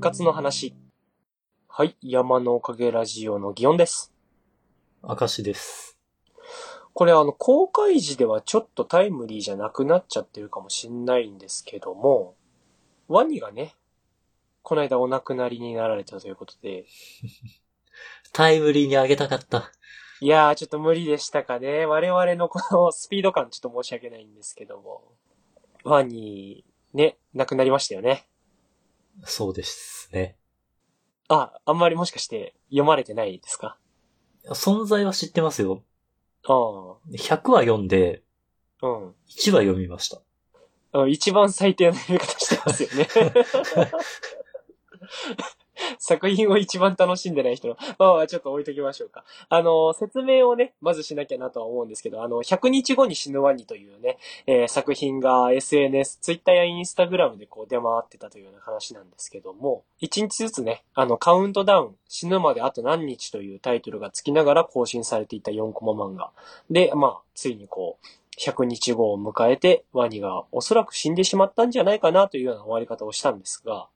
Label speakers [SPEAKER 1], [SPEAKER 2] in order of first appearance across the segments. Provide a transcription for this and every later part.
[SPEAKER 1] 活の話。はい、山のおかげラジオの祇園です。
[SPEAKER 2] 明石です。
[SPEAKER 1] これあの、公開時ではちょっとタイムリーじゃなくなっちゃってるかもしんないんですけども、ワニがね、この間お亡くなりになられたということで、
[SPEAKER 2] タイムリーにあげたかった。
[SPEAKER 1] いやーちょっと無理でしたかね。我々のこのスピード感ちょっと申し訳ないんですけども、ワニ、ね、亡くなりましたよね。
[SPEAKER 2] そうですね。
[SPEAKER 1] あ、あんまりもしかして読まれてないですか
[SPEAKER 2] 存在は知ってますよ。
[SPEAKER 1] ああ、
[SPEAKER 2] 100は読んで、
[SPEAKER 1] うん。
[SPEAKER 2] 1は読みました。
[SPEAKER 1] うん一番最低の読み方してますよね。作品を一番楽しんでない人の、まあまあちょっと置いときましょうか。あの、説明をね、まずしなきゃなとは思うんですけど、あの、100日後に死ぬワニというね、えー作品が SNS、Twitter や Instagram でこう出回ってたというような話なんですけども、1日ずつね、あの、カウントダウン、死ぬまであと何日というタイトルがつきながら更新されていた4コマ漫画。で、まあ、ついにこう、100日後を迎えて、ワニがおそらく死んでしまったんじゃないかなというような終わり方をしたんですが、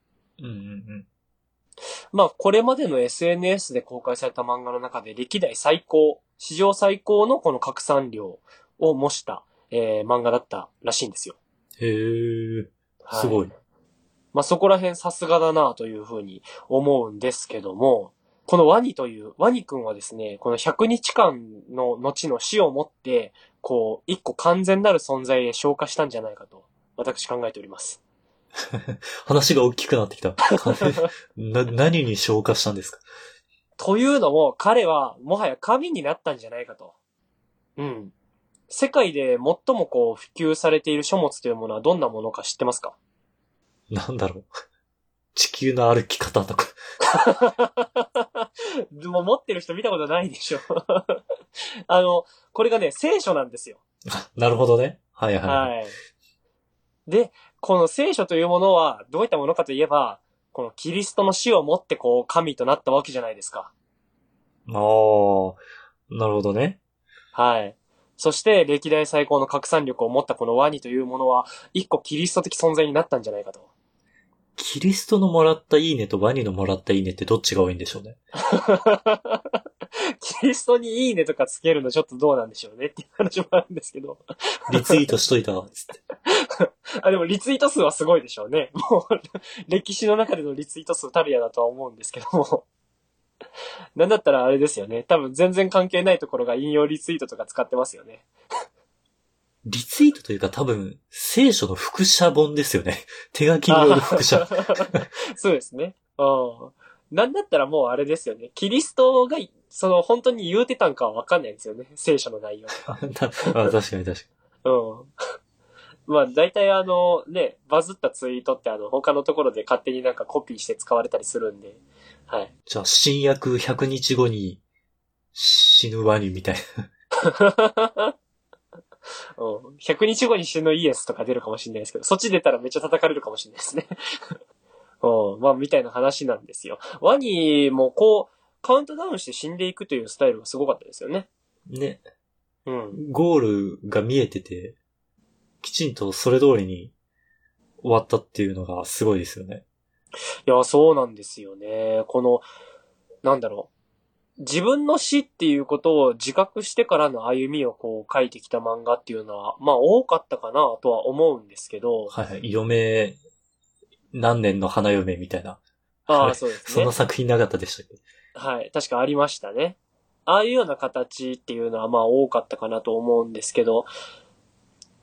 [SPEAKER 2] うんうん
[SPEAKER 1] まあ、これまでの SNS で公開された漫画の中で歴代最高、史上最高のこの拡散量を模した、えー漫画だったらしいんですよ。
[SPEAKER 2] うん。へえ、
[SPEAKER 1] は
[SPEAKER 2] すごい。
[SPEAKER 1] まあ、そこら辺さすがだなというふうに思うんですけども、このワニという、ワニくんはですね、この100日間の後の死をもって、こう、一個完全なる存在へ昇華したんじゃないかと、私考えております。
[SPEAKER 2] 話が大きくなってきた。 な、何に消化したんですか
[SPEAKER 1] というのも、彼はもはや神になったんじゃないかと。うん。世界で最もこう、普及されている書物というものはどんなものか知ってますか
[SPEAKER 2] なんだろう。地球の歩き方とか。
[SPEAKER 1] でも持ってる人見たことないでしょ。 あの、これがね、聖書なんですよ。
[SPEAKER 2] あなるほどね。はいはい。はい、
[SPEAKER 1] はい。で、この聖書というものは、どういったものかといえば、このキリストの死をもってこう、神となったわけじゃないですか。
[SPEAKER 2] あー、なるほどね。
[SPEAKER 1] はい。そして、歴代最高の拡散力を持ったこのワニというものは、一個キリスト的存在になったんじゃないかと。
[SPEAKER 2] キリストのもらったいいねとワニのもらったいいねってどっちが多いんでしょうね。
[SPEAKER 1] キリストにいいねとかつけるのちょっとどうなんでしょうねっていう話もあるんですけど。
[SPEAKER 2] リツイートしといたわ、つって。
[SPEAKER 1] あ、でもリツイート数はすごいでしょうね。 もう、歴史の中でのリツイート数たるやだとは思うんですけども。なんだったらあれですよね。多分全然関係ないところが引用リツイートとか使ってますよね。
[SPEAKER 2] リツイートというか多分、聖書の複写本ですよね。 手書きによる複 写。
[SPEAKER 1] そうですね。うん。なんだったらもうあれですよね。キリストが、その本当に言うてたんかはわかんないですよね。聖書の内容。
[SPEAKER 2] あ確かに確かに。
[SPEAKER 1] うん。 まあ、大体あの、ね、バズったツイートってあの、他のところで勝手になんかコピーして使われたりするんで。はい。
[SPEAKER 2] じゃあ、新約100日後に死ぬワニみたいな。
[SPEAKER 1] うん。100日後に死ぬイエスとか出るかもしれないですけど、そっち出たらめっちゃ叩かれるかもしれないですね。 うん。まあ、みたいな話なんですよ。ワニもこう、カウントダウンして死んでいくというスタイルがすごかったですよね。
[SPEAKER 2] ね、
[SPEAKER 1] うん。
[SPEAKER 2] ゴールが見えてて、きちんとそれ通りに終わったっていうのがすごいですよね。
[SPEAKER 1] いや、そうなんですよね。この、なんだろう。自分の死っていうことを自覚してからの歩みをこう書いてきた漫画っていうのは、まあ多かったかなとは思うんですけど。
[SPEAKER 2] はいはい。嫁、何年の花嫁みたいな。
[SPEAKER 1] あ
[SPEAKER 2] は
[SPEAKER 1] あ、
[SPEAKER 2] い
[SPEAKER 1] そうです
[SPEAKER 2] そん
[SPEAKER 1] ね
[SPEAKER 2] な。作品なかったでしたっけ
[SPEAKER 1] はい。確かありましたね。ああいうような形っていうのはまあ多かったかなと思うんですけど、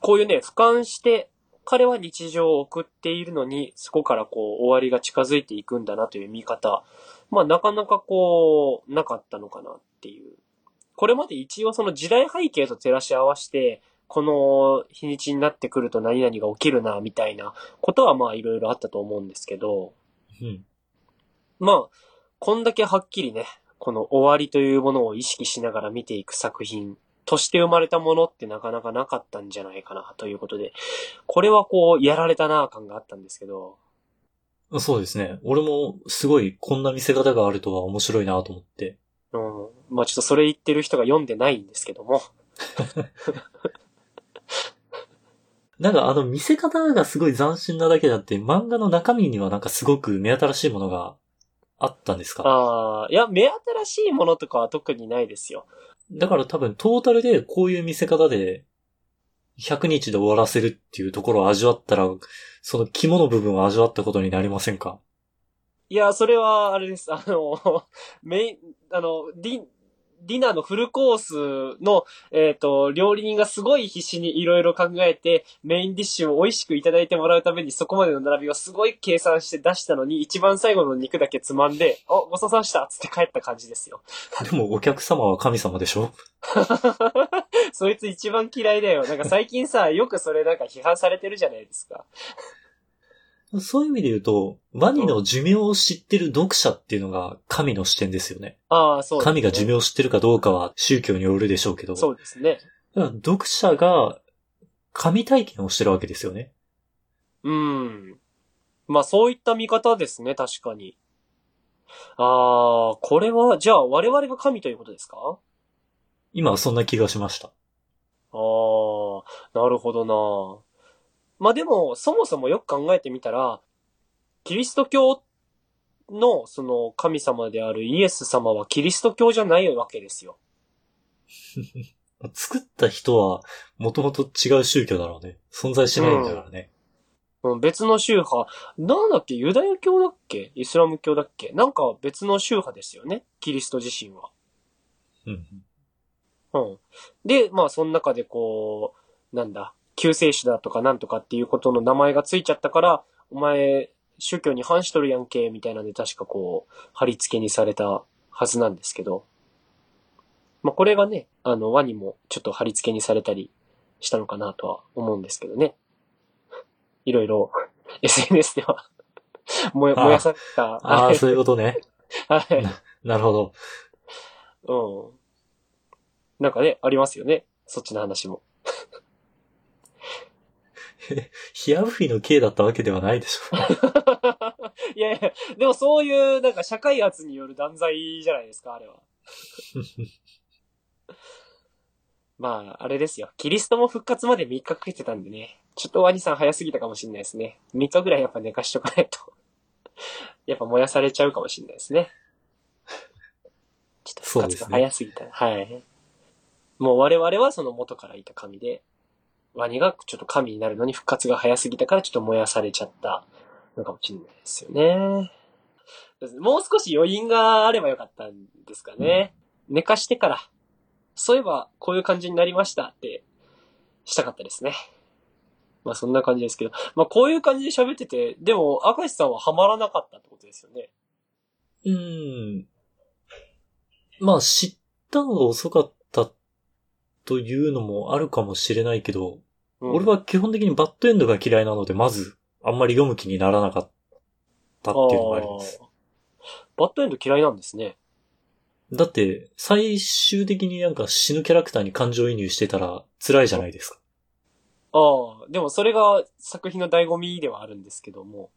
[SPEAKER 1] こういうね、俯瞰して、彼は日常を送っているのに、そこからこう、終わりが近づいていくんだなという見方。まあ、なかなかこう、なかったのかなっていう。これまで一応その時代背景と照らし合わせて、この日にちになってくると何々が起きるな、みたいなことはまあいろいろあったと思うんですけど、
[SPEAKER 2] うん。
[SPEAKER 1] まあ、こんだけはっきりね、この終わりというものを意識しながら見ていく作品として生まれたものってなかなかなかったんじゃないかなということで、これはこう、やられたなぁ感があったんですけど、
[SPEAKER 2] そうですね。俺もすごいこんな見せ方があるとは面白いなと思って。
[SPEAKER 1] うん、まあちょっとそれ言ってる人が読んでないんですけども、
[SPEAKER 2] なんかあの見せ方がすごい斬新なだけだって、漫画の中身にはなんかすごく目新しいものがあったんですか
[SPEAKER 1] ああ、いや、目新しいものとかは特にないですよ。
[SPEAKER 2] だから多分トータルでこういう見せ方で100日で終わらせるっていうところを味わったら、その肝の部分を味わったことになりませんか
[SPEAKER 1] いや、それは、あれです。あの、 メイン、あの、ディ、ディナーのフルコースの、えっ、と、料理人がすごい必死にいろいろ考えて、メインディッシュを美味しくいただいてもらうために、そこまでの並びをすごい計算して出したのに、一番最後の肉だけつまんで、あ、ごちそうさまでしたっつって帰った感じですよ。
[SPEAKER 2] でもお客様は神様でしょ
[SPEAKER 1] そいつ一番嫌いだよ。なんか最近さ、よくそれなんか批判されてるじゃないですか。
[SPEAKER 2] そういう意味で言うと、ワニの寿命を知ってる読者っていうのが神の視点ですよね。
[SPEAKER 1] ああ、そう、
[SPEAKER 2] 神が寿命を知ってるかどうかは宗教によるでしょうけど、
[SPEAKER 1] そうですね。
[SPEAKER 2] だから読者が神体験をしてるわけですよね。
[SPEAKER 1] うん。まあそういった見方ですね、確かに。ああ、これは、じゃあ我々が神ということですかあ
[SPEAKER 2] 今はそんな気がしました。
[SPEAKER 1] あ、なるほどな。まあでも、そもそもよく考えてみたら、キリスト教のその神様であるイエス様はキリスト教じゃないわけですよ。
[SPEAKER 2] 作った人はもともと違う宗教だろうね。存在しないんだからね。
[SPEAKER 1] うん別の宗派、なんだっけ、ユダヤ教だっけイスラム教だっけなんか別の宗派ですよね、キリスト自身は。
[SPEAKER 2] うん。
[SPEAKER 1] うん。で、まあ、その中でこう、なんだ、救世主だとかなんとかっていうことの名前がついちゃったから、お前、宗教に反しとるやんけ、みたいなんで確かこう、貼り付けにされたはずなんですけど。まあ、これがね、あの、輪にもちょっと貼り付けにされたりしたのかなとは思うんですけどね。いろいろ、SNS では、燃え、
[SPEAKER 2] あー
[SPEAKER 1] 燃やされた。
[SPEAKER 2] あ
[SPEAKER 1] は
[SPEAKER 2] あ、
[SPEAKER 1] い
[SPEAKER 2] そういうことね。
[SPEAKER 1] はい。
[SPEAKER 2] なるほど。
[SPEAKER 1] うん。なんかね、ありますよね。そっちの話も。
[SPEAKER 2] ヒアブフィの刑だったわけではないでしょ。
[SPEAKER 1] いやいや、でもそういう、なんか社会圧による断罪じゃないですか、あれは。まあ、あれですよ。キリストも復活まで3日かけてたんでね。ちょっとワニさん早すぎたかもしれないですね。3日ぐらいやっぱ寝かしとかないと。やっぱ燃やされちゃうかもしれないですね。ちょっと復活が早すぎた。はい。もう我々はその元からいた神で、ワニがちょっと神になるのに復活が早すぎたからちょっと燃やされちゃったのかもしれないですよね。もう少し余韻があればよかったんですかね。寝かしてから、そういえばこういう感じになりましたってしたかったですね。まあそんな感じですけど、まあこういう感じで喋ってて、でも明石さんはハマらなかったってことですよね。
[SPEAKER 2] うーん。まあ、知ったのが遅かったというのもあるかもしれないけど、
[SPEAKER 1] うん
[SPEAKER 2] 俺は基本的にバッドエンドが嫌いなので、まず、あんまり読む気にならなかったっていうのがあります。
[SPEAKER 1] あーバッドエンド嫌いなんですね。
[SPEAKER 2] だって、最終的になんか死ぬキャラクターに感情移入してたら辛いじゃないですか。
[SPEAKER 1] ああ、でもそれが作品の醍醐味ではあるんですけども。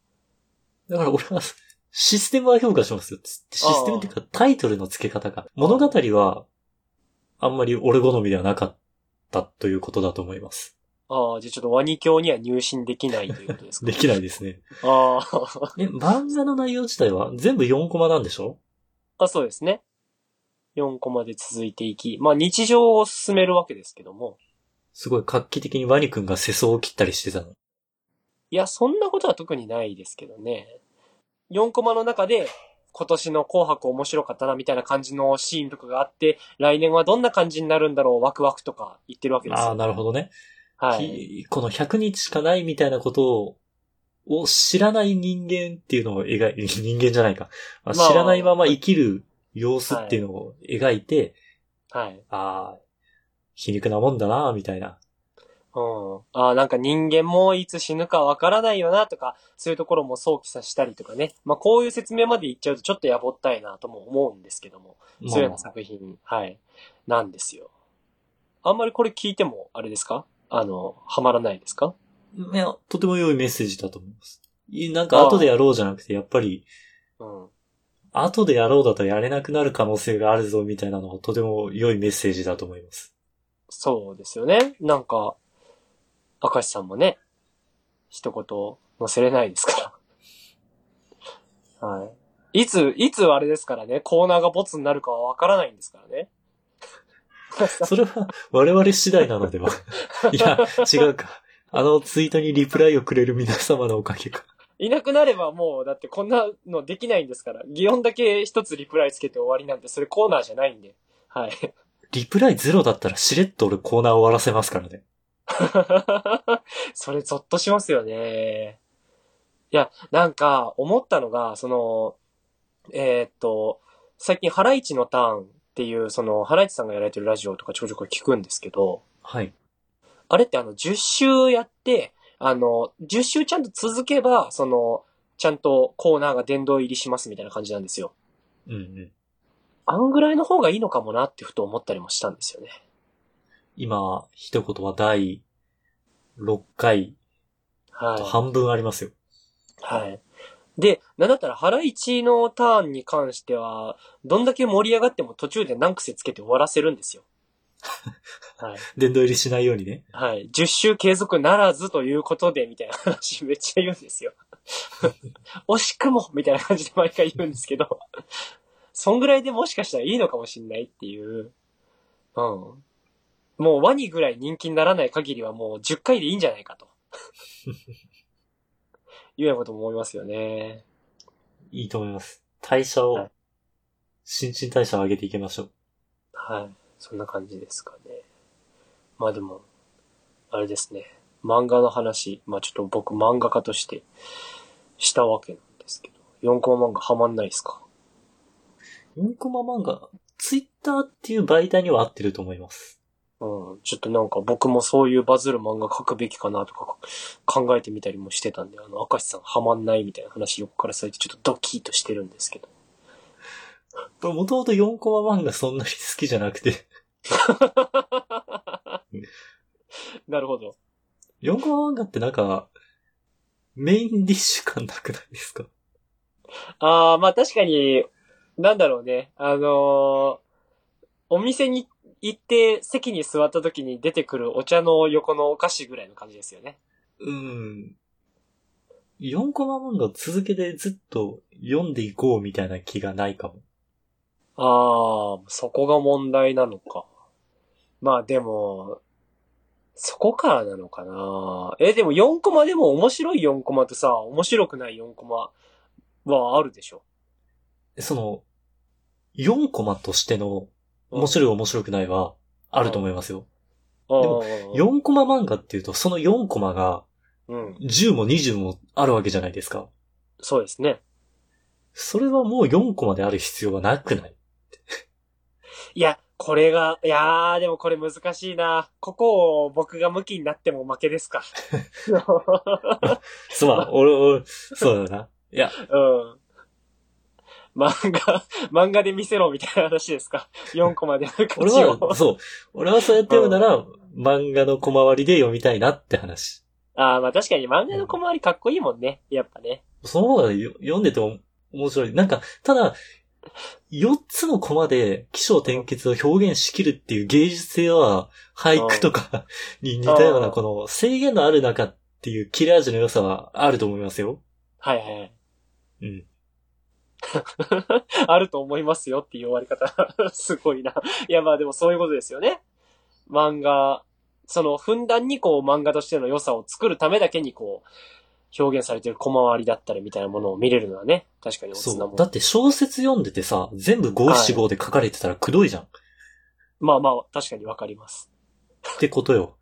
[SPEAKER 2] だから俺はシステムは評価しますよ。つシステムっていうかタイトルの付け方が。物語はあんまり俺好みではなかったということだと思います。
[SPEAKER 1] ああ、じゃあちょっとワニ教には入信できないということですか
[SPEAKER 2] できないで すね。
[SPEAKER 1] ああ、
[SPEAKER 2] え、漫画の内容自体は全部4コマなんでしょ
[SPEAKER 1] あ、そうですね。4コマで続いていき、まあ日常を進めるわけですけども。
[SPEAKER 2] すごい画期的にワニ君が世相を切ったりしてたの。
[SPEAKER 1] いや、そんなことは特にないですけどね。4コマの中で、今年の紅白面白かったなみたいな感じのシーンとかがあって、来年はどんな感じになるんだろう、ワクワクとか言ってるわけですよ。
[SPEAKER 2] ああ、なるほどね、
[SPEAKER 1] はい。
[SPEAKER 2] ひこの100日しかないみたいなことを、を知らない人間っていうのを描い、人間じゃないか。まあ
[SPEAKER 1] まあ
[SPEAKER 2] 知らないまま生きる様子っていうのを描いて、
[SPEAKER 1] はい。
[SPEAKER 2] ああ、皮肉なもんだな、みたいな。
[SPEAKER 1] うん。ああ、なんか人間もいつ死ぬかわからないよなとか、そういうところも想起させたりとかね。まあこういう説明まで言っちゃうとちょっとやぼったいなとも思うんですけども。そういうような作品、はい、なんですよ。あんまりこれ聞いても、あれですかあの、はまらないですか
[SPEAKER 2] いや、とても良いメッセージだと思います。いなんか後でやろうじゃなくて、やっぱり、
[SPEAKER 1] うん。
[SPEAKER 2] 後でやろうだとやれなくなる可能性があるぞ、みたいなのも とても良いメッセージだと思います。
[SPEAKER 1] そうですよね。なんか、明石さんもね、一言載せれないですから。 はい。いつ、いつあれですからね、コーナーがボツになるかはわからないんですからね。
[SPEAKER 2] それは我々次第なので は。いや、違うか。あのツイートにリプライをくれる皆様のおかげか。
[SPEAKER 1] いなくなればもう、だってこんなのできないんですから。擬音だけ一つリプライつけて終わりなんて、それコーナーじゃないんで。はい。
[SPEAKER 2] リプライゼロだったらしれっと俺コーナー終わらせますからね。
[SPEAKER 1] それゾッとしますよね。いや、なんか、思ったのが、その、えーっと、最近、ハライチのターンっていう、その、ハライチさんがやられてるラジオとかちょこちょこ聞くんですけど、
[SPEAKER 2] はい。
[SPEAKER 1] あれってあの、10週やって、あの、10週ちゃんと続けば、その、ちゃんとコーナーが殿堂入りしますみたいな感じなんですよ。
[SPEAKER 2] うんうん。
[SPEAKER 1] あんぐらいの方がいいのかもなってふと思ったりもしたんですよね。
[SPEAKER 2] 今、一言は第6回と
[SPEAKER 1] はい。
[SPEAKER 2] 半分ありますよ。
[SPEAKER 1] はい。で、なんだったら、ハライチのターンに関しては、どんだけ盛り上がっても途中で何癖つけて終わらせるんですよ。はい。
[SPEAKER 2] 殿堂入りしないようにね。
[SPEAKER 1] はい。10週継続ならずということで、みたいな話 めっちゃ言うんですよ。惜しくもみたいな感じで毎回言うんですけど、そんぐらいでもしかしたらいいのかもしんないっていう。うん。もうワニぐらい人気にならない限りはもう10回でいいんじゃないかと。いうようなことも思いますよね。
[SPEAKER 2] いいと思います。代謝
[SPEAKER 1] は
[SPEAKER 2] を
[SPEAKER 1] い、
[SPEAKER 2] 新陳代謝を上げていきましょう。
[SPEAKER 1] はい。そんな感じですかね。まあでも、あれですね。漫画の話。まあちょっと僕漫画家としてしたわけなんですけど。4コマ漫画ハマんないですか
[SPEAKER 2] 4コマ漫画、ツイッターっていう媒体には合ってると思います。
[SPEAKER 1] うん。ちょっとなんか僕もそういうバズる漫画書くべきかなとか考えてみたりもしてたんで、あの、明石さんハマんないみたいな話横からされてちょっとドキッとしてるんですけど。
[SPEAKER 2] もともと4コマ漫画そんなに好きじゃなくて、
[SPEAKER 1] なるほど。
[SPEAKER 2] 4コマ漫画ってなんか、メインディッシュ感なくないですか
[SPEAKER 1] ああ、まあ確かに、なんだろうね。あのーお店に行って席に座った時に出てくるお茶の横のお菓子ぐらいの感じですよね。
[SPEAKER 2] うん。4コマ漫画を続けてずっと読んでいこうみたいな気がないかも。
[SPEAKER 1] ああ、そこが問題なのか。まあでも、そこからなのかな。え、でも4コマでも面白い4コマとさ、面白くない4コマはあるでしょ。
[SPEAKER 2] その、4コマとしての面白い面白くないはあると思いますよ。でも
[SPEAKER 1] うん
[SPEAKER 2] 4コマ漫画っていうと、その4コマが
[SPEAKER 1] うん、
[SPEAKER 2] 10も20もあるわけじゃないですか。
[SPEAKER 1] そうですね。
[SPEAKER 2] それはもう4コマである必要はなくない
[SPEAKER 1] いや、これが、いやー、でもこれ難しいな。ここを僕が向きになっても負けです か。
[SPEAKER 2] す まん、俺、俺、そうだな。いや、
[SPEAKER 1] うん。漫画、漫画で見せろみたいな話ですか。4コマで価
[SPEAKER 2] 俺
[SPEAKER 1] 値を
[SPEAKER 2] は、。そう、俺はそうやって読むなら、漫画の小回りで読みたいなって話。
[SPEAKER 1] ああ、まあ確かに漫画の小回りかっこいいもんね。やっぱね。
[SPEAKER 2] その方がよ読んでても面白い。なんか、ただ、4つのコマで起承転結を表現しきるっていう芸術性は、俳句とかに似たよう
[SPEAKER 1] う
[SPEAKER 2] な、
[SPEAKER 1] ん
[SPEAKER 2] この制限のある中っていう切れ味の良さはあると思いますよ。
[SPEAKER 1] はいはい。
[SPEAKER 2] うん。
[SPEAKER 1] あると思いますよっていう終わり方。 すごいな。いやまあでもそういうことですよね。漫画、その、ふんだんにこう漫画としての良さを作るためだけにこう、表現されてる小回りだったりみたいなものを見れるのはね、確かにおつな
[SPEAKER 2] そ
[SPEAKER 1] も
[SPEAKER 2] う。
[SPEAKER 1] ん
[SPEAKER 2] だって小説読んでてさ、全部五七五で書かれてたらくどいじゃん。っ
[SPEAKER 1] まあまあ、確かにわかります。
[SPEAKER 2] てことよ。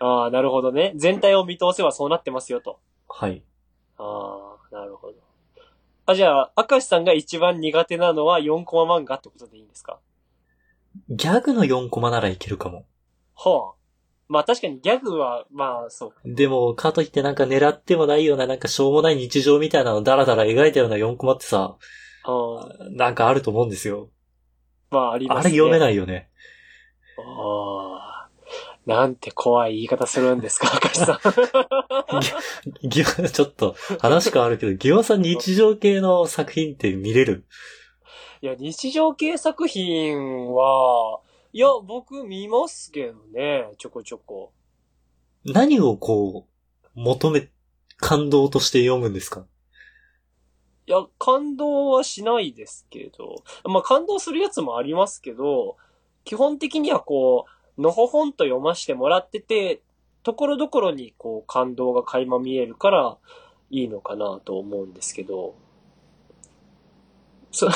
[SPEAKER 1] ああ、なるほどね。全体を見通せばそうなってますよと。
[SPEAKER 2] はい。
[SPEAKER 1] ああ、なるほど。あ、じゃあ、明石さんが一番苦手なのは4コマ漫画ってことでいいんですか
[SPEAKER 2] ギャグの4コマならいけるかも。
[SPEAKER 1] はあ。まあ確かにギャグは、まあそう。
[SPEAKER 2] でも、かといってなんか狙ってもないような、なんかしょうもない日常みたいなのをダラダラ描いたような4コマってさ、
[SPEAKER 1] うん、
[SPEAKER 2] なんかあると思うんですよ。
[SPEAKER 1] まあありま
[SPEAKER 2] あ
[SPEAKER 1] す
[SPEAKER 2] れ
[SPEAKER 1] ね。
[SPEAKER 2] 読め
[SPEAKER 1] い。
[SPEAKER 2] ないよね。
[SPEAKER 1] ああ。なんて怖い言い方するんです か、明石さん。
[SPEAKER 2] ギワ、 ちょっと話変わるけど、ギワさん日常系の作品って見れる
[SPEAKER 1] いや、日常系作品は、いや、僕見ますけどね、ちょこちょこ。
[SPEAKER 2] 何をこう、求め、感動として読むんですか
[SPEAKER 1] いや、感動はしないですけど、まあ感動するやつもありますけど、基本的にはこう、のほほんと読ませてもらってて、ところどころにこう感動が垣間見えるからいいのかなと思うんですけど、そ、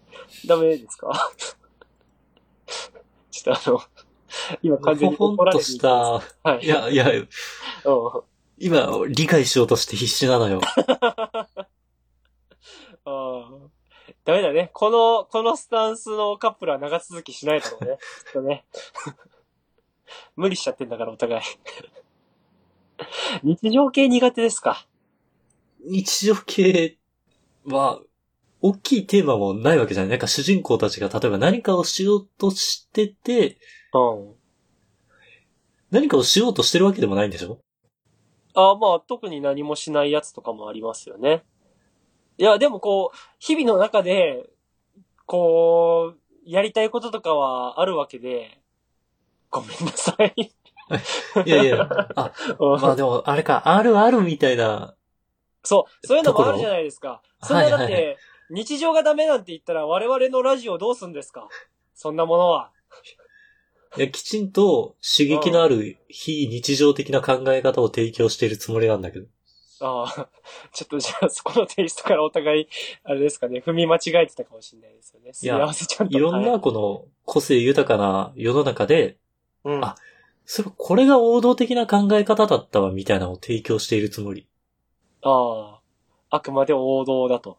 [SPEAKER 1] ダメですか ちょっとあの、今完全に
[SPEAKER 2] ほ
[SPEAKER 1] 怒
[SPEAKER 2] ほん
[SPEAKER 1] られ
[SPEAKER 2] と
[SPEAKER 1] て
[SPEAKER 2] し
[SPEAKER 1] る
[SPEAKER 2] た。
[SPEAKER 1] はい
[SPEAKER 2] いや、いや、
[SPEAKER 1] うん
[SPEAKER 2] 今、理解しようとして必死なのよ。
[SPEAKER 1] ああ。ダメだね。この、このスタンスのカップルは長続きしないだろうね。きっとね。 無理しちゃってんだから、お互い。日常系苦手ですか
[SPEAKER 2] 日常系は、大きいテーマもないわけじゃない。なんか主人公たちが例えば何かをしようとしてて、
[SPEAKER 1] うん。
[SPEAKER 2] 何かをしようとしてるわけでもないんでしょ
[SPEAKER 1] ああ、まあ、特に何もしないやつとかもありますよね。いや、でもこう、日々の中で、こう、やりたいこととかはあるわけで、ごめんなさい。
[SPEAKER 2] いやいや、あ、
[SPEAKER 1] うん
[SPEAKER 2] まあでも、あれか、あるあるみたいな、
[SPEAKER 1] そう、そういうのもある
[SPEAKER 2] ところ
[SPEAKER 1] じゃないですか。そんなだっ
[SPEAKER 2] はいはいは
[SPEAKER 1] て、日常がダメなんて言ったら我々のラジオどうすんですかそんなものは。
[SPEAKER 2] いやきちんと刺激のある非日常的な考え方を提供しているつもりなんだけど。
[SPEAKER 1] ああ、 ちょっとじゃあそこのテイストからお互い、あれですかね、踏み間違えてたかもしれないですよね。すり合わせちゃんと。
[SPEAKER 2] いろん
[SPEAKER 1] は
[SPEAKER 2] ないこの個性豊かな世の中で、
[SPEAKER 1] うん、あ
[SPEAKER 2] あそれ、これが王道的な考え方だったわ、みたいなのを提供しているつもり。
[SPEAKER 1] あ、あくまで王道だと。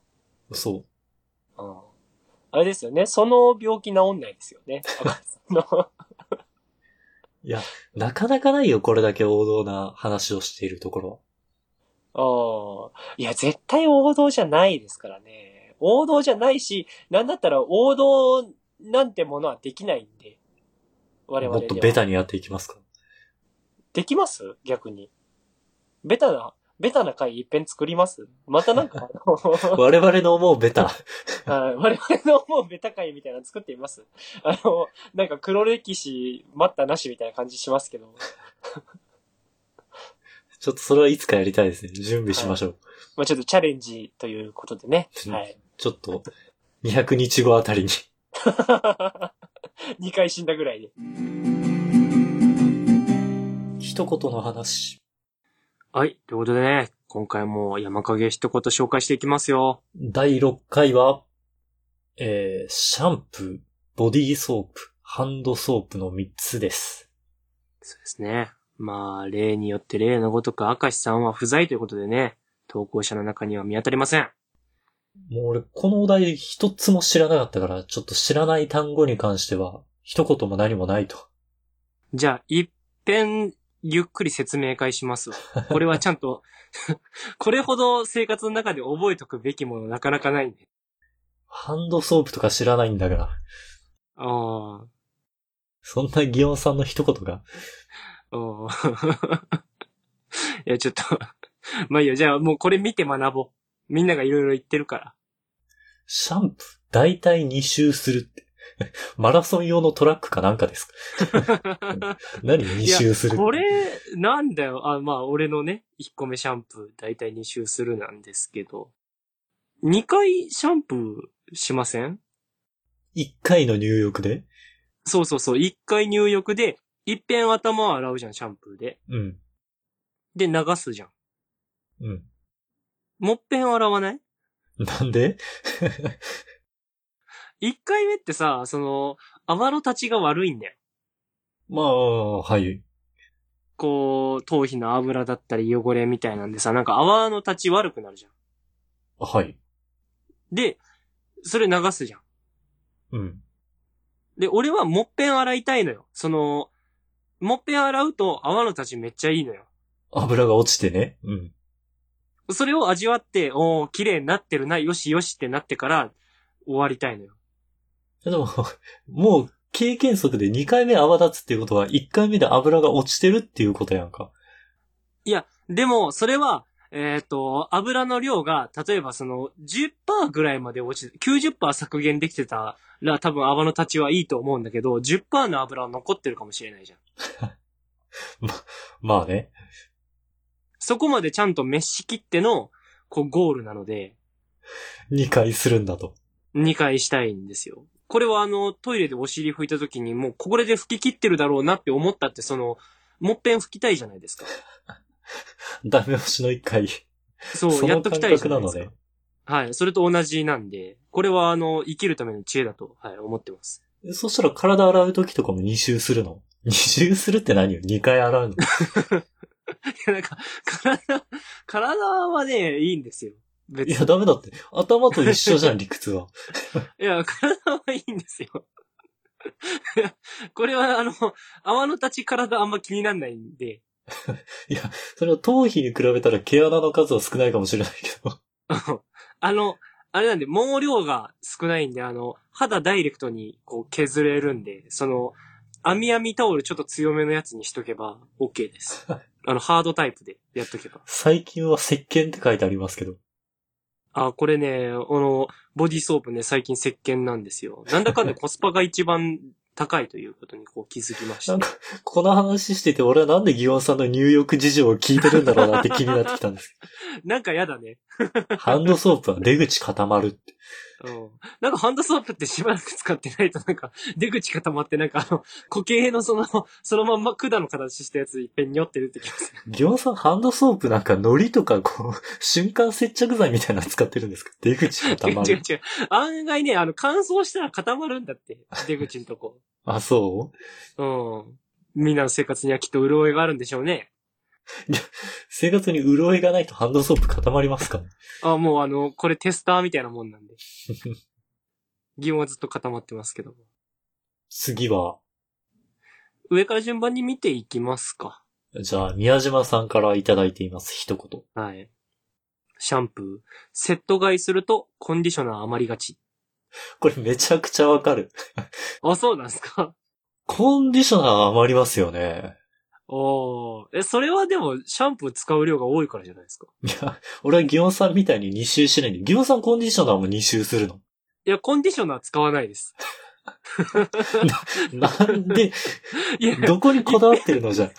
[SPEAKER 2] そう。
[SPEAKER 1] うんあれですよね、その病気治んないですよ ね。赤井さんの
[SPEAKER 2] なかなかないよ、これだけ王道な話をしているところは。
[SPEAKER 1] ああ。いや、絶対王道じゃないですからね。王道じゃないし、なんだったら王道なんてものはできないんで。我々
[SPEAKER 2] も
[SPEAKER 1] では。
[SPEAKER 2] っとベタにやっていきますか。
[SPEAKER 1] できます逆に。ベタな、ベタな回一遍作りますまたなんか、あ の
[SPEAKER 2] 我々の思うベタ。
[SPEAKER 1] はい我々の思うベタ回みたいなの作ってみますあの、なんか黒歴史待ったなしみたいな感じしますけど。
[SPEAKER 2] ちょっとそれはいつかやりたいですね。準備しましょう。
[SPEAKER 1] まあちょっとチャレンジということでね。はい。
[SPEAKER 2] ちょっと、200日後あたりに。
[SPEAKER 1] 2回死んだぐらいで。
[SPEAKER 2] 一言の話。
[SPEAKER 1] はい。ということでね、今回も山影一言紹介していきますよ。
[SPEAKER 2] 第6回は、えー、シャンプー、ボディーソープ、ハンドソープの3つです。
[SPEAKER 1] そうですね。まあ、例によって例のごとく明石さんは不在ということでね、投稿者の中には見当たりません。
[SPEAKER 2] もう俺、このお題一つも知らなかったから、ちょっと知らない単語に関しては、一言も何もないと。
[SPEAKER 1] じゃあ、一遍、ゆっくり説明会しますわ。これはちゃんと、 これほど生活の中で覚えとくべきものなかなかないんで。
[SPEAKER 2] ハンドソープとか知らないんだから。
[SPEAKER 1] ああ、
[SPEAKER 2] そんなギオンさんの一言が。
[SPEAKER 1] あ あ。いや、ちょっと、まあいいよ。じゃあ、もうこれ見て学ぼう。みんながいろいろ言ってるから。
[SPEAKER 2] シャンプー、だいたい2周するって。 マラソン用のトラックかなんかですか何2周するって
[SPEAKER 1] これ、なんだよ。あ、まあ、俺のね、1個目シャンプー、だいたい2周するなんですけど、2回シャンプーしません
[SPEAKER 2] 1回の入浴で
[SPEAKER 1] そうそうそう。1回入浴で、一遍頭を洗うじゃん、シャンプーで。
[SPEAKER 2] うん。
[SPEAKER 1] で、流すじゃん。
[SPEAKER 2] うん。
[SPEAKER 1] もっぺん洗わない
[SPEAKER 2] なんで
[SPEAKER 1] ?1 回目ってさ、その、泡の立ちが悪いんだよ。
[SPEAKER 2] まあ、はい。
[SPEAKER 1] こう、頭皮の油だったり汚れみたいなんでさ、なんか泡の立ち悪くなるじゃん。
[SPEAKER 2] はい。
[SPEAKER 1] で、それ流すじゃん。
[SPEAKER 2] うん。
[SPEAKER 1] で、俺はもっぺん洗いたいのよ。その、もっぺん洗うと泡の立ちめっちゃいいのよ。
[SPEAKER 2] 油が落ちてね。うん。
[SPEAKER 1] それを味わって、おー、綺麗になってるな、よしよしってなってから終わりたいのよ。
[SPEAKER 2] でも、 もう経験則で2回目泡立つっていうことは1回目で油が落ちてるっていうことやんか。
[SPEAKER 1] でも、それは、えっ、と、油の量が、例えばその、10%ぐらいまで落ちて、90%削減できてたら多分泡の立ちはいいと思うんだけど、10%の油は残ってるかもしれないじゃん。
[SPEAKER 2] まあね。
[SPEAKER 1] そこまでちゃんと滅しきっての、こう、ゴールなので、
[SPEAKER 2] 2回するんだと。
[SPEAKER 1] 2回したいんですよ。これはあの、トイレでお尻拭いた時に、もうこれで拭き切ってるだろうなって思ったって、その、もっぺん拭きたいじゃないですか。
[SPEAKER 2] ダメ押しの1回。
[SPEAKER 1] そう、
[SPEAKER 2] そ
[SPEAKER 1] やっ
[SPEAKER 2] の
[SPEAKER 1] とき
[SPEAKER 2] 感
[SPEAKER 1] たいじ
[SPEAKER 2] 覚
[SPEAKER 1] ゃな
[SPEAKER 2] ない
[SPEAKER 1] で
[SPEAKER 2] の
[SPEAKER 1] すか
[SPEAKER 2] ね。。
[SPEAKER 1] はい。それと同じなんで、これはあの、生きるための知恵だと、はい、思ってます。
[SPEAKER 2] そしたら体洗う時とかも2周するの ?2 周するって何よ ?2 回洗うの
[SPEAKER 1] いや、なんか、体、体はね、いいんですよ。別
[SPEAKER 2] い
[SPEAKER 1] に。
[SPEAKER 2] や、ダメだって。頭と一緒じゃん、理屈は。
[SPEAKER 1] いや、体はいいんですよ。 いやこれはあの、泡の立ち体あんま気になんないんで、
[SPEAKER 2] それは頭皮に比べたら毛穴の数は少ないかもしれないけど。
[SPEAKER 1] あの、あれなんで、毛量が少ないんで、あの、肌ダイレクトにこう削れるんで、その、網網タオルちょっと強めのやつにしとけば OK です。あの、ハードタイプでやっとけば。
[SPEAKER 2] 最近は石鹸って書いてありますけど。
[SPEAKER 1] あ、これね、あの、ボディーソープね、最近石鹸なんですよ。なんだかんだコスパが一番高いということにこう気づきまし
[SPEAKER 2] な
[SPEAKER 1] た
[SPEAKER 2] ん。か、この話してて俺はなんでギオンさんの入浴事情を聞いてるんだろうなって気になってきたんです
[SPEAKER 1] なんかやだね。
[SPEAKER 2] けど。ハンドソープは出口固まるって。
[SPEAKER 1] うん。なんかハンドソープってしばらく使ってないとなんか出口固まってなんかあの、固形のその、そのまんま管の形したやついっぺんにょって出てきます。
[SPEAKER 2] ギオンさんハンドソープなんか糊とかこう、瞬間接着剤みたいなの使ってるんですか出口固ま
[SPEAKER 1] 違う
[SPEAKER 2] る。
[SPEAKER 1] 違う。案外ね、あの、乾燥したら固まるんだって。出口のとこ。
[SPEAKER 2] あ、そう
[SPEAKER 1] うん。みんなの生活にはきっと潤いがあるんでしょうね。
[SPEAKER 2] 生活に潤いがないとハンドソープ固まりますか
[SPEAKER 1] あ、もうあの、これテスターみたいなもんなんで。疑問はずっと固まってますけども。
[SPEAKER 2] 次は、
[SPEAKER 1] 上から順番に見ていきますか。
[SPEAKER 2] じゃあ、宮島さんからいただいています。一言。
[SPEAKER 1] はい。シャンプー。セット買いするとコンディショナー余りがち。
[SPEAKER 2] これめちゃくちゃわかる。
[SPEAKER 1] あ、そうなんですか。
[SPEAKER 2] コンディショナー余りますよね。
[SPEAKER 1] おー。え、それはでも、シャンプー使う量が多いからじゃないですか。
[SPEAKER 2] いや、俺はギオンさんみたいに2周しないんで、ギオンさんコンディショナーも2周するの。
[SPEAKER 1] いや、コンディショナー使わないです。
[SPEAKER 2] なんで、
[SPEAKER 1] いや、
[SPEAKER 2] どこにこだわってるのじゃ。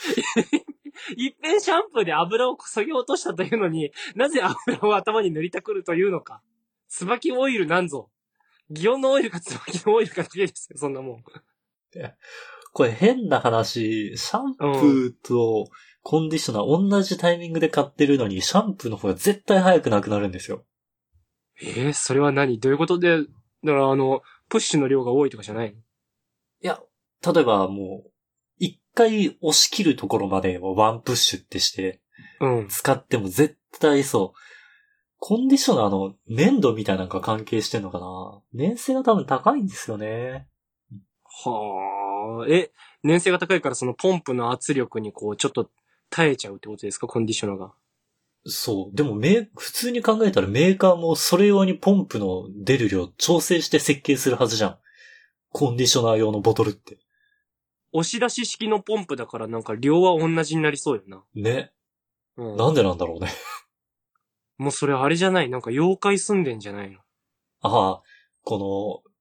[SPEAKER 1] いっぺんシャンプーで油を削ぎ落としたというのに、なぜ油を頭に塗りたくるというのか。椿オイルなんぞ。祇園のオイルか椿のオイルかだけですよ、そんなもん。
[SPEAKER 2] これ変な話、シャンプーとコンディショナー同じタイミングで買ってるのに、シャンプーの方が絶対早くなくなるんですよ。
[SPEAKER 1] えー、それは何どういうことで、だからあの、プッシュの量が多いとかじゃない
[SPEAKER 2] いや、例えばもう、一回押し切るところまでワンプッシュってして、
[SPEAKER 1] うん。
[SPEAKER 2] 使っても絶対そう。コンディショナーの粘度みたいなのが関係してんのかな粘性が多分高いんですよね。
[SPEAKER 1] はあ。え、粘性が高いからそのポンプの圧力にこう、ちょっと耐えちゃうってことですかコンディショナーが。
[SPEAKER 2] そう。でもメー、普通に考えたらメーカーもそれ用にポンプの出る量調整して設計するはずじゃん。コンディショナー用のボトルって。
[SPEAKER 1] 押し出し式のポンプだからなんか量は同じになりそうよな。
[SPEAKER 2] ね。
[SPEAKER 1] うん。
[SPEAKER 2] なんでなんだろうね。
[SPEAKER 1] もうそれあれじゃないなんか妖怪住んでんじゃないの
[SPEAKER 2] ああ、この、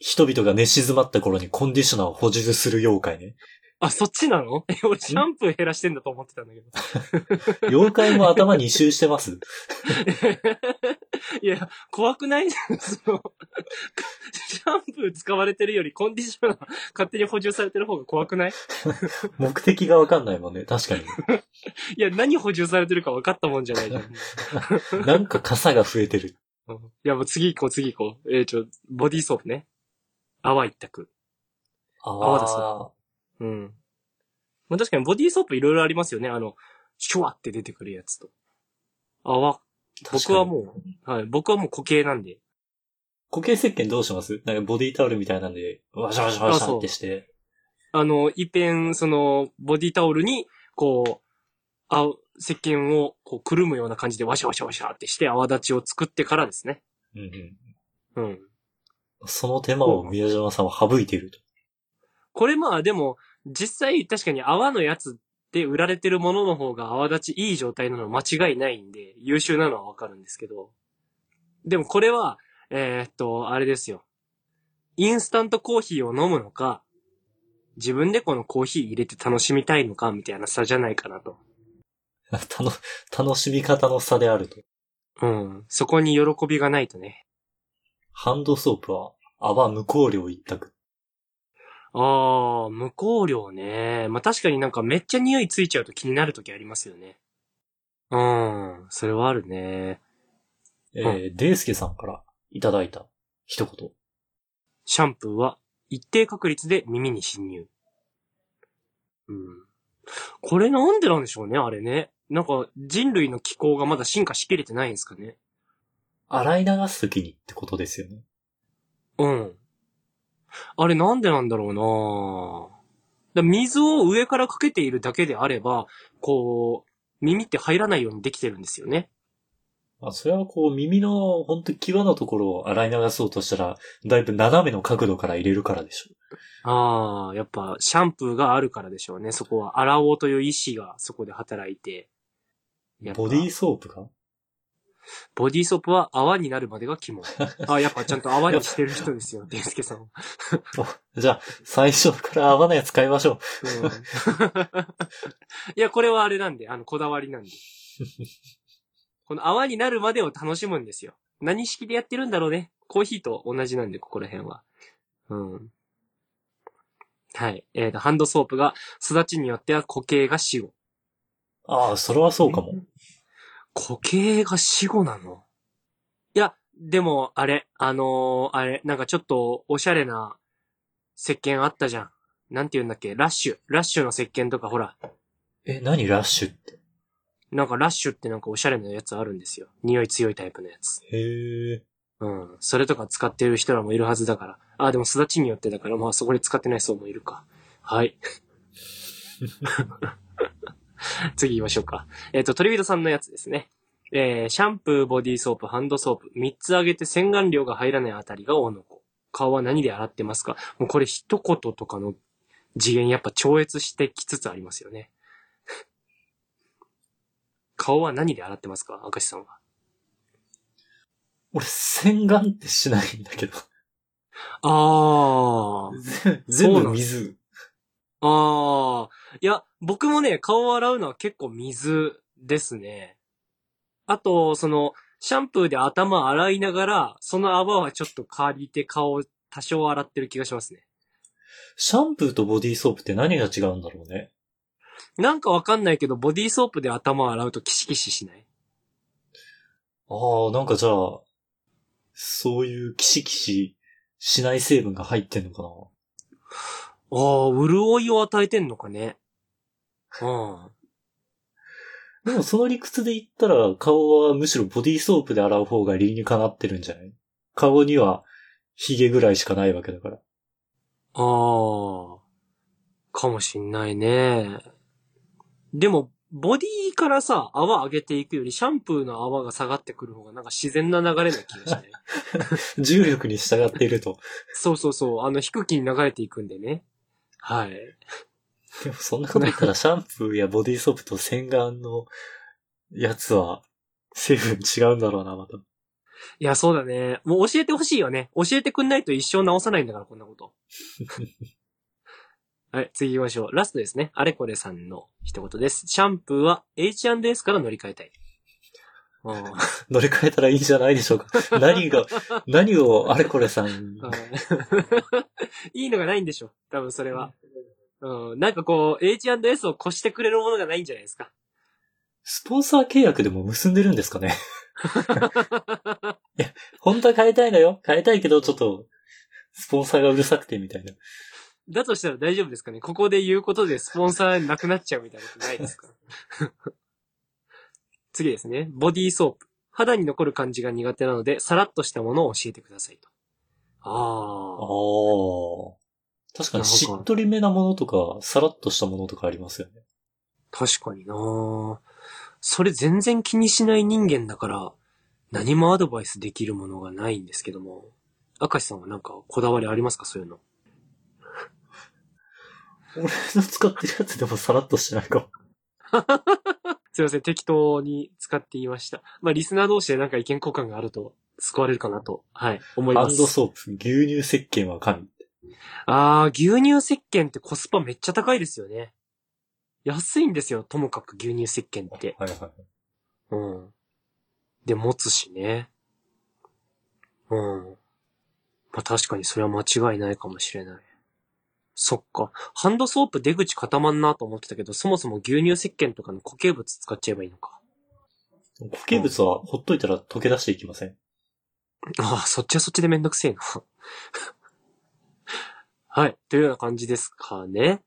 [SPEAKER 2] 人々が寝静まった頃にコンディショナーを補充する妖怪ね。
[SPEAKER 1] あ、そっちなのえ、俺シャンプー減らしてんだと思ってたんだけど。
[SPEAKER 2] 妖怪も頭2周してます。
[SPEAKER 1] いや、怖くないその、シャンプー使われてるよりコンディショナー勝手に補充されてる方が怖くない
[SPEAKER 2] 目的がわかんないもんね。確かに。
[SPEAKER 1] いや、何補充されてるか分かったもんじゃないじゃん。
[SPEAKER 2] なんか傘が増えてる。
[SPEAKER 1] うんいや、もう次行こう、次行こう。えー、ちょ、ボディーソープね。泡一択。
[SPEAKER 2] あ
[SPEAKER 1] 泡だ
[SPEAKER 2] あ、
[SPEAKER 1] うん。まあ確かにボディーソープいろいろありますよね。あの、シュワって出てくるやつと。泡。僕は
[SPEAKER 2] う。
[SPEAKER 1] もう、はい、僕はもう固形なんで。
[SPEAKER 2] 固形石鹸どうしますなんかボディタオルみたいなんで、わしゃわしゃわしゃってして。
[SPEAKER 1] あの、いっぺん、その、ボディタオルに、こう、あ、石鹸を、こう、くるむような感じで、ワシャワシャワシャってして、泡立ちを作ってからですね。
[SPEAKER 2] うんうん
[SPEAKER 1] うん。
[SPEAKER 2] その手間を宮島さんは省いていると。
[SPEAKER 1] これまあ、でも、実際、確かに泡のやつで売られてるものの方が泡立ちいい状態なのは間違いないんで、優秀なのはわかるんですけど。でもこれは、えーっと、あれですよ。インスタントコーヒーを飲むのか、自分でこのコーヒー入れて楽しみたいのかみたいな差じゃないかなと。
[SPEAKER 2] たの、楽しみ方の差であると。
[SPEAKER 1] うん。そこに喜びがないとね。
[SPEAKER 2] ハンドソープは泡無香料一択。
[SPEAKER 1] ああ、無香料ね。まあ、確かになんかめっちゃ匂いついちゃうと気になる時ありますよね。うん。それはあるね。
[SPEAKER 2] えー、デイスケさんからいただいた一言。
[SPEAKER 1] シャンプーは一定確率で耳に侵入。うん。これなんでなんでしょうね、あれね。なんか人類の気候がまだ進化しきれてないんですかね。
[SPEAKER 2] 洗い流すときにってことですよね。
[SPEAKER 1] うん。あれなんでなんだろうなぁだ水を上からかけているだけであれば、こう、耳って入らないようにできてるんですよね。
[SPEAKER 2] まあ、それはこう耳のほんと際のところを洗い流そうとしたら、だいぶ斜めの角度から入れるからでしょう。
[SPEAKER 1] ああ、やっぱシャンプーがあるからでしょうね。そこは洗おうという意志がそこで働いて。やっぱ
[SPEAKER 2] ボディーソープが
[SPEAKER 1] ボディーソープは泡になるまでが 肝。あ、やっぱちゃんと泡にしてる人ですよ、デンスケさんは。
[SPEAKER 2] じゃあ、最初から泡のやつ買いましょう。
[SPEAKER 1] うんいや、これはあれなんで、あの、こだわりなん で。この泡になるまでを楽しむんですよ。何式でやってるんだろうね。コーヒーと同じなんで、ここら辺は。うん。はい。えっ、と、ハンドソープが育ちによっては固形が死後。
[SPEAKER 2] ああ、それはそうかも。
[SPEAKER 1] 固形が死後なのいや、でも、あれ、あのーあれ、なんかちょっとおしゃれな石鹸あったじゃん。なんて言うんだっけラッシュ。ラッシュの石鹸とかほら、
[SPEAKER 2] え、何ラッシュって。
[SPEAKER 1] なんかラッシュってなんかおしゃれなやつあるんですよ。匂い強いタイプのやつ。
[SPEAKER 2] へえ。
[SPEAKER 1] うん。それとか使ってる人らもいるはずだから。あ、でも育ちによってだから、まあそこに使ってない層もいるか。はい。 次行きましょうか。えっ、と、鳥人さんのやつですね。えー、シャンプー、ボディーソープ、ハンドソープ、3つあげて洗顔料が入らないあたりが王の子。顔は何で洗ってますかもうこれ一言とかの次元やっぱ超越してきつつありますよね。顔は何で洗ってますか明石さんは。
[SPEAKER 2] 俺、洗顔ってしないんだけど。
[SPEAKER 1] あー。
[SPEAKER 2] 全部水。
[SPEAKER 1] あー。いや、僕もね、顔を洗うのは結構水ですね。あと、その、シャンプーで頭洗いながら、その泡はちょっと借りて顔を多少洗ってる気がしますね。
[SPEAKER 2] シャンプーとボディーソープって何が違うんだろうね。
[SPEAKER 1] なんかわかんないけど、ボディーソープで頭洗うとキシキシしない
[SPEAKER 2] ああ、なんかじゃあ、そういうキシキシしない成分が入ってんのかな。
[SPEAKER 1] あー、潤いを与えてんのかね。うん。
[SPEAKER 2] でもその理屈で言ったら、顔はむしろボディーソープで洗う方が理にかなってるんじゃない顔には髭ぐらいしかないわけだから。
[SPEAKER 1] ああ、かもしんないね。でも、ボディからさ、泡上げていくより、シャンプーの泡が下がってくる方がなんか自然な流れな気がしない。
[SPEAKER 2] 重力に従っていると。
[SPEAKER 1] そうそうそう、あの、低気に流れていくんでね。はい。
[SPEAKER 2] でもそんなこと言ったらシャンプーやボディーソープと洗顔のやつは成分違うんだろうな、また。
[SPEAKER 1] いや、そうだね。もう教えてほしいよね。教えてくんないと一生直さないんだから、こんなこと。はい、次行きましょう。ラストですね。あれこれさんの一言です。シャンプーは H&S から乗り換えたい。あー
[SPEAKER 2] 乗り換えたらいいんじゃないでしょうか。何が、何をあれこれさん。
[SPEAKER 1] いいのがないんでしょ多分それは。うん。なんかこう、H&S を越してくれるものがないんじゃないですか。
[SPEAKER 2] スポンサー契約でも結んでるんですかね。いや、本当は変えたいのよ。変えたいけど、ちょっと、スポンサーがうるさくてみたいな。
[SPEAKER 1] だとしたら大丈夫ですかねここで言うことでスポンサーなくなっちゃうみたいなことないですか 次ですね。ボディーソープ。肌に残る感じが苦手なので、さらっとしたものを教えてくださいと。
[SPEAKER 2] あ
[SPEAKER 1] ああ。
[SPEAKER 2] あ。確かにしっとりめなものとか、さらっとしたものとかありますよね。
[SPEAKER 1] 確かになそれ全然気にしない人間だから、何もアドバイスできるものがないんですけども。明石さんはなんかこだわりありますかそういうの。
[SPEAKER 2] 俺の使ってるやつでもさらっとしてないかも。
[SPEAKER 1] すいません、適当に使っていました。まあ、リスナー同士でなんか意見 交換があると、救われるかなと、はい、思い
[SPEAKER 2] ハ
[SPEAKER 1] ま
[SPEAKER 2] ン
[SPEAKER 1] す。
[SPEAKER 2] ドソープ、牛乳石鹸は神。
[SPEAKER 1] あー、牛乳石鹸ってコスパめっちゃ高いですよね。安いんですよ、ともかく牛乳石鹸って。
[SPEAKER 3] はいはい。
[SPEAKER 1] うん。で、持つしね。うん。まあ、確かにそれは間違いないかもしれない。そっか。ハンドソープ出口固まんなと思ってたけど、そもそも牛乳石鹸とかの固形物使っちゃえばいいのか。
[SPEAKER 3] 固形物はほっといたら溶け出していきません。
[SPEAKER 1] ああ、そっちはそっちでめんどくせえな。 はい。というような感じですかね。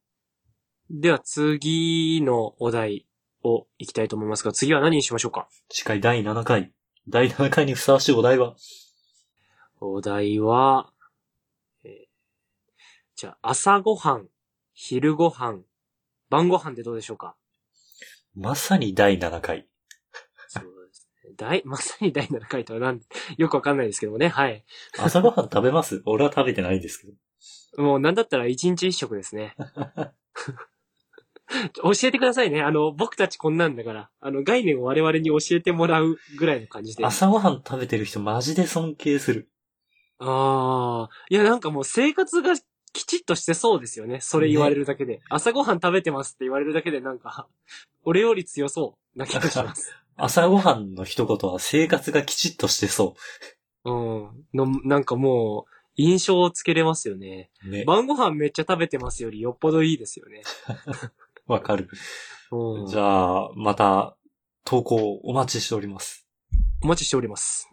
[SPEAKER 1] では次のお題をいきたいと思いますが、次は何にしましょうか
[SPEAKER 3] 司会第7回。第7回にふさわしいお題は、
[SPEAKER 1] お題は、えーじゃあ、朝ごはん、昼ごはん、晩ごはんでどうでしょうか
[SPEAKER 3] まさに第7回。
[SPEAKER 1] そうですね。第、 まさに第7回とはなん、よくわかんないですけどもね。はい。
[SPEAKER 3] 朝ごはん食べます 俺は食べてないんですけど。
[SPEAKER 1] もうなんだったら一日一食ですね。 教えてくださいね。あの、僕たちこんなんだから、あの、概念を我々に教えてもらうぐらいの感じで。あ
[SPEAKER 3] 朝ごはん食べてる人マジで尊敬する。
[SPEAKER 1] あー。いや、なんかもう生活がきちっとしてそうですよね。それ言われるだけで。朝ごはん食べてますって言われるだけでなんか、 俺より強そうな気がし ます。
[SPEAKER 3] 朝ごはんの一言は生活がきちっとしてそ
[SPEAKER 1] うん。の、なんかもう、印象をつけれますよね。
[SPEAKER 3] う。ね。
[SPEAKER 1] 晩ご飯めっちゃ食べてますよりよっぽどいいですよね。
[SPEAKER 3] わかる。
[SPEAKER 1] うん。
[SPEAKER 3] じゃあ、また、投稿お待ちしております。
[SPEAKER 1] お待ちしております。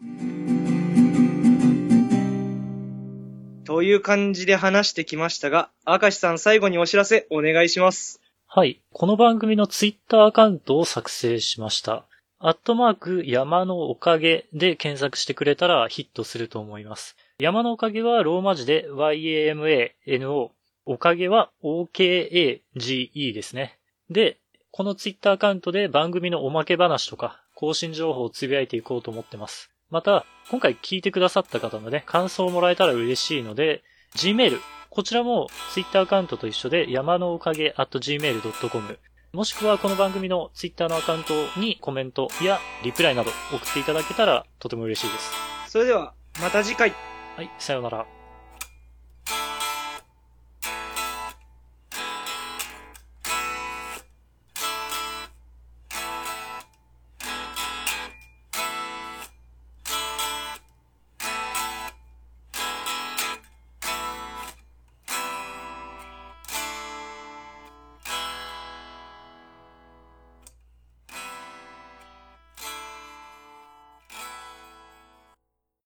[SPEAKER 1] という感じで話してきましたが、明石さん最後にお知らせお願いします。
[SPEAKER 2] はい。この番組のツイッターアカウントを作成しました。アットマーク山のおかげで検索してくれたらヒットすると思います。山のおかげはローマ字で YAMANO。おかげは OKAGE ですね。で、このツイッターアカウントで番組のおまけ話とか更新情報をつぶやいていこうと思ってます。また、今回聞いてくださった方のね、感想をもらえたら嬉しいので、Gmail、こちらも Twitter アカウントと一緒で山のおかげ at gmail.com もしくはこの番組の Twitter のアカウントにコメントやリプライなど送っていただけたらとても嬉しいです。
[SPEAKER 4] それでは、また次回。
[SPEAKER 2] はい、さようなら。